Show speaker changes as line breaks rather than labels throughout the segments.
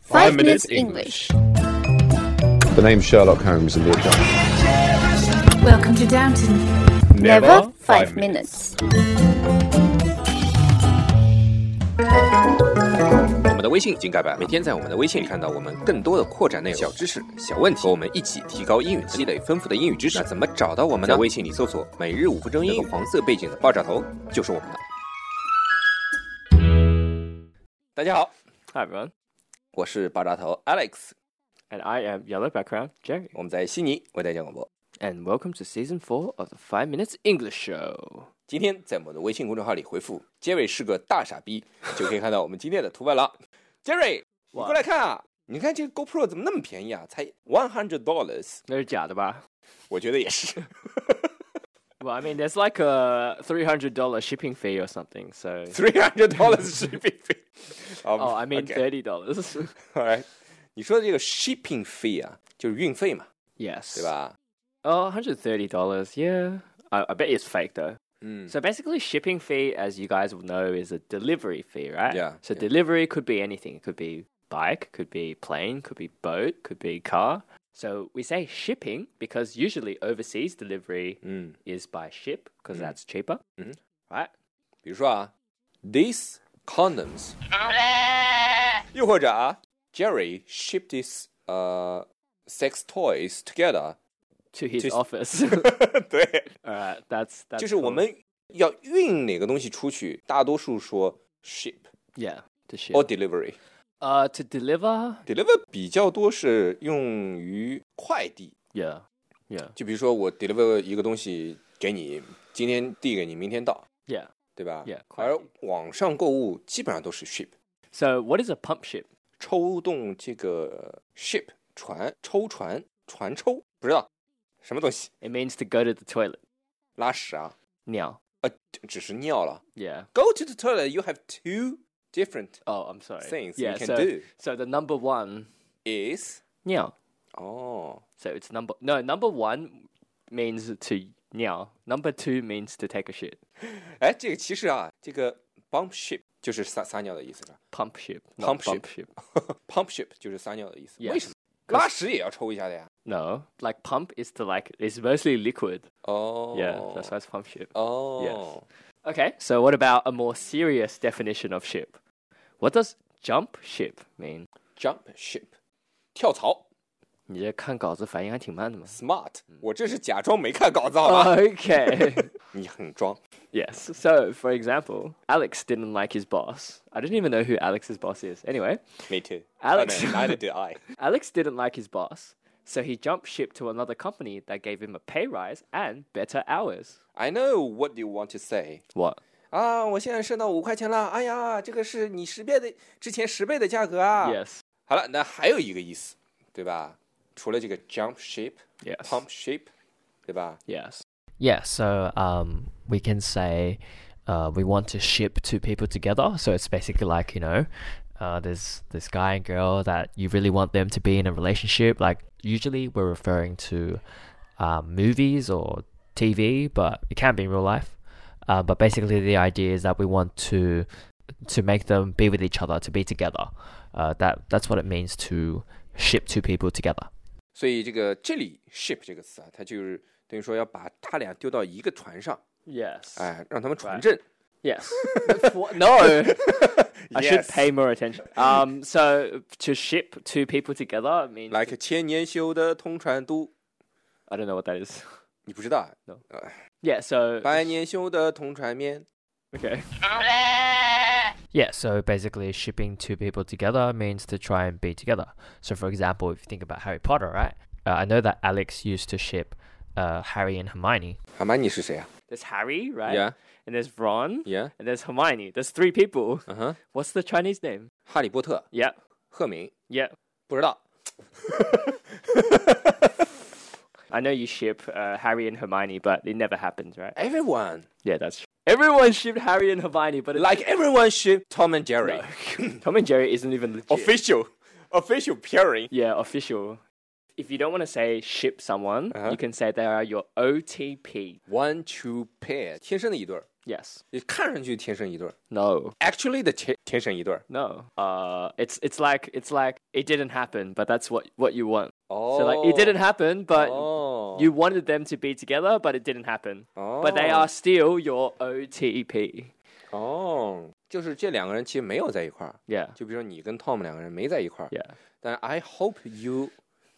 Five Minutes English.
The name's Sherlock Holmes in the account.
Welcome to Downton.
Never five minutes.
我们的微信已经改版了，每天在我们的微信里看到我们更多的扩展内容、小知识、小问题，和我们一起提高英语，积累丰富的英语知识。那怎么找到我们呢？在微信里搜索“每日五分钟英语”，黄色背景的爆炸头就是我们的。大家好，
Hi everyone,
我是爆炸头 Alex，
and I am Yellow Background Jerry,
我们在悉尼为大家广播。
and welcome to season four of the Five Minutes English Show.
今天在我们的微信公众号里回复 “Jerry 是个大傻逼”，就可以看到我们今天的图文了。Jerry，你过来看啊！你看这个 GoPro 怎么那么便宜啊？才 one hundred dollars，
那是假的吧？
我觉得也是。
Well, I mean, there's like a three hundred dollar shipping fee or something. So,
three hundred dollars shipping fee. Um,
oh, I mean
okay.
thirty dollars.
all right. 你说的这个 shipping fee 啊，就是运费嘛，
yes.
对吧？
Oh, 130 dollars. Yeah. I, I bet it's fake though.
嗯
So basically, shipping fee, as you guys will know, is a delivery fee, right?
Yeah,
So
yeah.
delivery could be anything. It could be bike, could be plane, could be boat, could be car. So we say shipping because usually overseas delivery
嗯，
is by ship because
Mm.
that's cheaper,
Mhm.
right?
比如说啊，these condoms，又或者啊，Jerry shipped his 呃、sex toys together。
To his
Just-
office.
对，
All right. That's that's.
就是我
cool.
们要运哪个东西出去，大多数说 ship
yeah to ship.
or delivery。
uh, to deliver.
deliver 比较多是用于快递，
Yeah. Yeah.
就比如说我 deliver 一个东西给你，今天递给你，明天到，
Yeah.
对吧
Yeah，快
而
递
网上购物基本上都是 ship，
So what is a pump ship?
抽动这个 ship 船抽船船抽，不知道什么东西
It means to go to the toilet.
拉屎啊，
Now.
呃，只只是尿了。
Yeah.
Go to the toilet. You have two different
Oh, I'm sorry.
things
yeah,
you can
so,
do.
So the number one,
Is
尿.
哦
So it's number no number one means to 尿. Number two means to take a shit.
哎，这个其实啊，这个 bump ship 就是撒撒尿的意思吧
Pump ship. not
Pump ship.
bump ship.
？Pump ship 就是撒尿的意思。
Yes.
为什么拉屎也要抽一下的呀？
No, like pump is to like it's mostly liquid.
哦
Yeah, that's why it's pump ship.
哦
Okay, so what about a more serious definition of ship? What does jump ship mean?
，jump ship 跳槽 smart。我
嗯
这是假装没看稿子好吧？
Okay.
你很装。
Yes. So, for example, Alex didn't like his boss. I didn't even know who Alex's boss is. Anyway,
Me too.
Alex-
I mean, neither did I.
Alex didn't like his boss, so he jumped ship to another company that gave him a pay rise and better hours.
I know what you want to say.
What?
啊，我现在升到五块钱了。哎呀，这个是你十倍的之前十倍的价格啊。
Yes.
好了，那还有一个意思，对吧？除了这个 jump ship、
Yes.
pump ship，对吧？
Yes.
Yeah, so um, we can say uh, we want to ship two people together. So it's basically like, you know, uh, there's this guy and girl that you really want them to be in a relationship. Like, usually we're referring to uh, movies or TV, but it can be in real life. Uh, but basically, the idea is that we want to to make them be with each other, to be together. Uh, that that's what it means to ship two people together.
所以这个这里 ship 这个词啊，它就是等于说要把大俩丢到一个船上，
Yes.
哎，让他们船震。
Yes. What? no. I should
Yes.
pay more attention. Um. So to ship two people together means
like 千年修得同船渡，
I don't know what that is.
你不知道啊
No
呃
Yeah. So
百年修得同船面。
okay.
Yeah, so basically, shipping two people together means to try and be together. So, for example, if you think about Harry Potter, right? Uh, I know that Alex used to ship uh, Harry and Hermione.
阿玛尼是谁啊
There's Harry, right?
Yeah.
And there's Ron.
？Yeah，
And there's Hermione. There's three people.
嗯哼，
What's the Chinese name?
哈利波特，
Yeah.
赫敏，
Yeah.
不 知道。
I know you ship uh, Harry and Hermione, but it never happens, right?
Everyone
Yeah, that's true. Everyone shipped Harry and Hermione, but
like everyone ship Tom and Jerry.
Tom and Jerry isn't even legit.
Official, official pairing.
yeah, official.
if you don't want to say ship someone, you can say they are your OTP.
One two pair，天生的一对儿，
Yes.
你看上去天生一对儿
No.
，actually 的天天生一对儿。
No. Uh, it's it's like it's like it didn't happen, but that's what what you want.
哦
So like it didn't happen, but
Oh. 哦
you wanted them to be together, but it didn't happen. But they
Oh.
are still your OTP.
哦，就是这两个人其实没有在一块儿，
Yeah.
就比如说你跟 Tom 两个人没在一块儿。
Yeah.
但 I hope you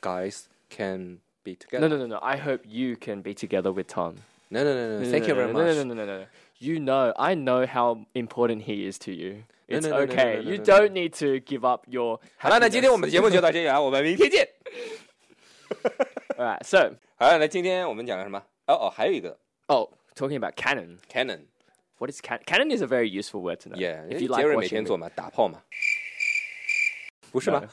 guys can be together.
No, no, no, no. I hope you can be together with Tom.
no, no, no, no.
No,
Thank
no, no,
you very
no,
much.
No, no, no, no, no. You know, I know how important he is to you.
No,
It's
no, no, no, no,
okay.
no, no,
you
no, no.
don't need to give up your.
好了，那今天我们的节目就到这里啊，我们明天见。
All right. So,
好了，那今天我们讲了什么？哦哦，还有一个
oh, talking about canon.
Canon，
What is canon? Canon is a very useful word to know.
耶，
If you
杰
like
瑞每
watching.
天做嘛，打炮嘛，不是吗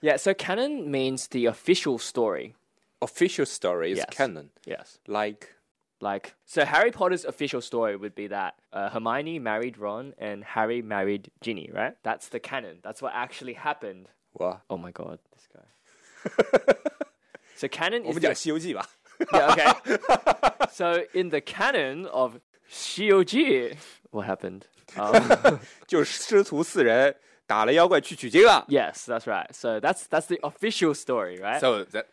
Yeah. So canon means the official story.
？Official story is
Yes.
canon.
Yes.
Like
Like so, Harry Potter's official story would be that uh, Hermione married Ron and Harry married Ginny. Right. That's the canon. That's what actually happened.
我，
Oh my god, this guy. so canon
我
is
们讲
the-
《西游记》吧。
yeah, okay. so in the canon of COG, what happened? Um,
就是师徒四人打了妖怪去取经啊了。
yes, that's right. So that's that's the official story, right?
So that,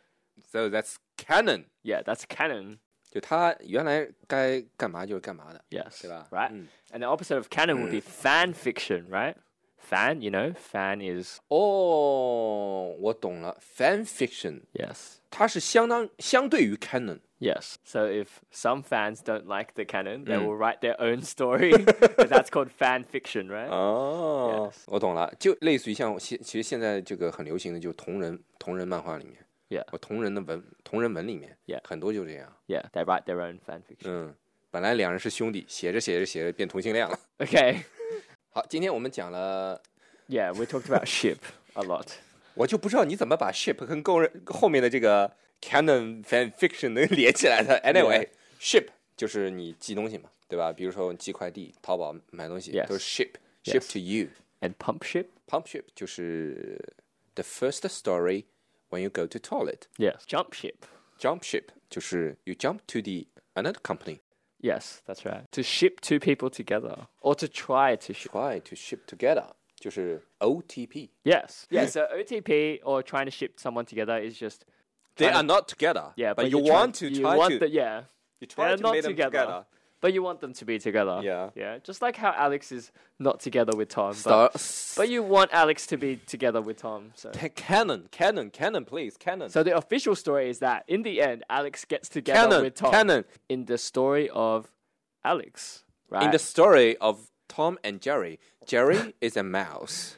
so that's canon.
yeah, that's canon.
就他原来该干嘛就是干嘛的。
Yes,
Right.
right. And the opposite of canon would be fan fiction, right? Fan, you know, fan is
哦，我懂了，fan fiction，
yes,
它是相当相对于 canon。
yes. So if some fans don't like the canon, they will write their own story. but that's called fan fiction, right?
Uh. 哦
Yes
我懂了，就类似于像现其实现在这个很流行的就是同人同人漫画里面，
Yeah.
我同人的文同人文里面
Yeah
很多就这样。
Yeah, they write their own fan fiction.
嗯，本来两人是兄弟，写着写着写着变同性恋了。
Okay.
好，今天我们讲了，
Yeah, we talked about ship a lot.
我就不知道你怎么把 ship 跟后人后面的这个 canon fan fiction 能连起来的。Anyway，ship 就是你寄东西嘛，对吧？比如说寄快递、淘宝买东西
Yes
都是 ship，ship
Yes
to you。
And pump ship?
Pump ship 就是 the first story when you go to toilet。
Yes. Jump ship.
Jump ship 就是 you jump to the another company
Yes, that's right. To ship two people together. Or to try to ship.
try to ship together，就是 OTP。
Yes. Yeah, so OTP or trying to ship someone together is just
They
Try
are not together.
yeah,
but,
but,
you
you're trying-
want to
you
try
want
to
the- yeah.
you
They're
try to
not
make them
together.
together.
But you want them to be together.
Yeah.
Yeah. Just like how Alex is not together with Tom.
Star,
But, but you want Alex to be together with Tom. So
canon, canon, canon, please, canon.
So the official story is that in the end Alex gets together
canon,
with Tom.
canon.
In the story of Alex. Right.
In the story of Tom and Jerry, Jerry is a mouse,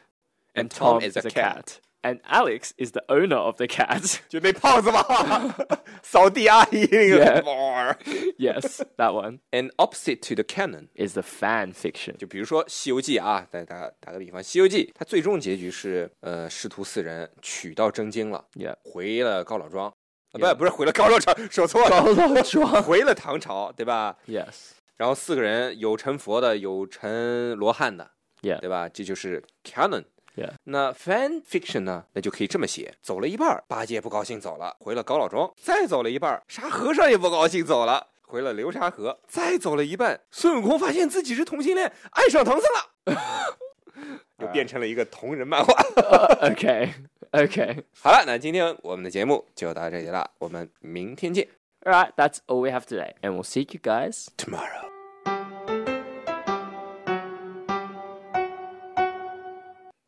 and, Tom, is a cat.
And Alex is the owner of the cat.
就那胖子嘛， 扫地阿姨那个
Yeah.
哇儿。
yes, that one
And opposite to the canon.
is the fan fiction.
就比如说《西游记》啊，打打打个比方，《西游记》它最终结局是，呃，师徒四人取到真经了，
Yeah.
回了高老庄，啊，不不是回了高老庄，说错了，高老庄回了唐朝，对吧？
Yes.
然后四个人有成佛的，有成罗汉的，
Yeah.
对吧？这就是 canon。
Yeah.
那 fan fiction 呢？那就可以这么写：走了一半儿，八戒不高兴走了，回了高老庄；再走了一半儿，沙和尚也不高兴走了，回了流沙河；再走了一半，孙悟空发现自己是同性恋，爱上唐僧了， 又变成了一个同人漫画。
Okay. Okay.
好了，那今天我们的节目就到这里了，我们明天见
All right, that's all we have today. And we'll see you guys
，tomorrow。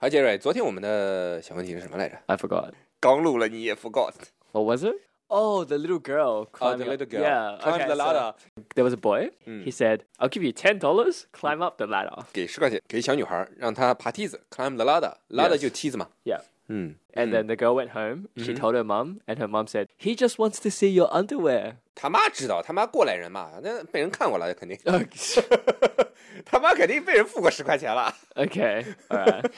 好，杰瑞，昨天我们的小问题是什么来着？
I forgot.
刚录了你也 forgot。
What was it? Oh, the little girl
Oh,
climbing
the
up-
little girl.
Yeah,
Climb
okay,
the
so Hmm.
ladder.
there was a boy. He said, "I'll give you ten dollars. Climb up the ladder."
给十块钱给小女孩，让她爬梯子，climb the ladder，ladder 就梯子嘛。
Yeah.
嗯，
And then the girl went home. She told her mum, and her mum said, "He just wants to see your underwear."
他妈知道，他妈过来人嘛，那被人看过了肯 定，
Okay.
他妈肯定被人付过十块钱了。
Okay, all right.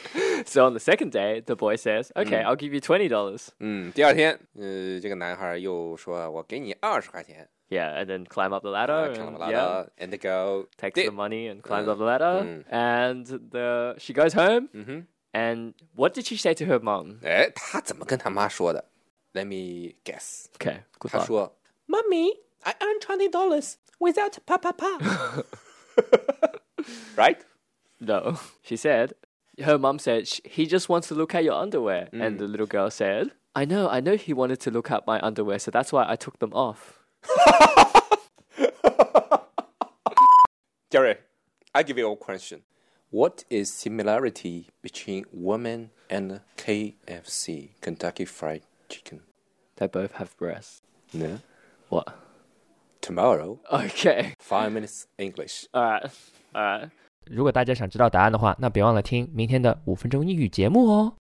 so on the second day, the boy says, "Okay, I'll give you twenty dollars."
嗯，第二天，呃，这个男孩又说，我给你二十块钱，
Yeah, and then Uh, climb up the
啊
ladder.
看了
and-
拉
嗯 Yeah,
拉，and go
takes
did
the money and climbs
Uh,
up the ladder.
mm.
And the she goes home.
Mhm.
And what did she say to her mom?
哎，他怎么跟他妈说的？ Let me guess，
Okay, good
他
luck.
说，Mommy, I earn twenty dollars without Papa Pa. right?
No. She said, her mum said, "Sh- he just wants to look at your underwear. And the little girl said, I know, I know he wanted to look at my underwear, so that's why I took them off.
Jerry, I give you a question. What is similarity between women and KFC, Kentucky Fried Chicken?
They both have breasts.
No.
What?
Tomorrow,
Okay.
five minutes English.
All right. All right.
如果大家想知道答案的话，那别忘了听明天的五分钟英语节目哦，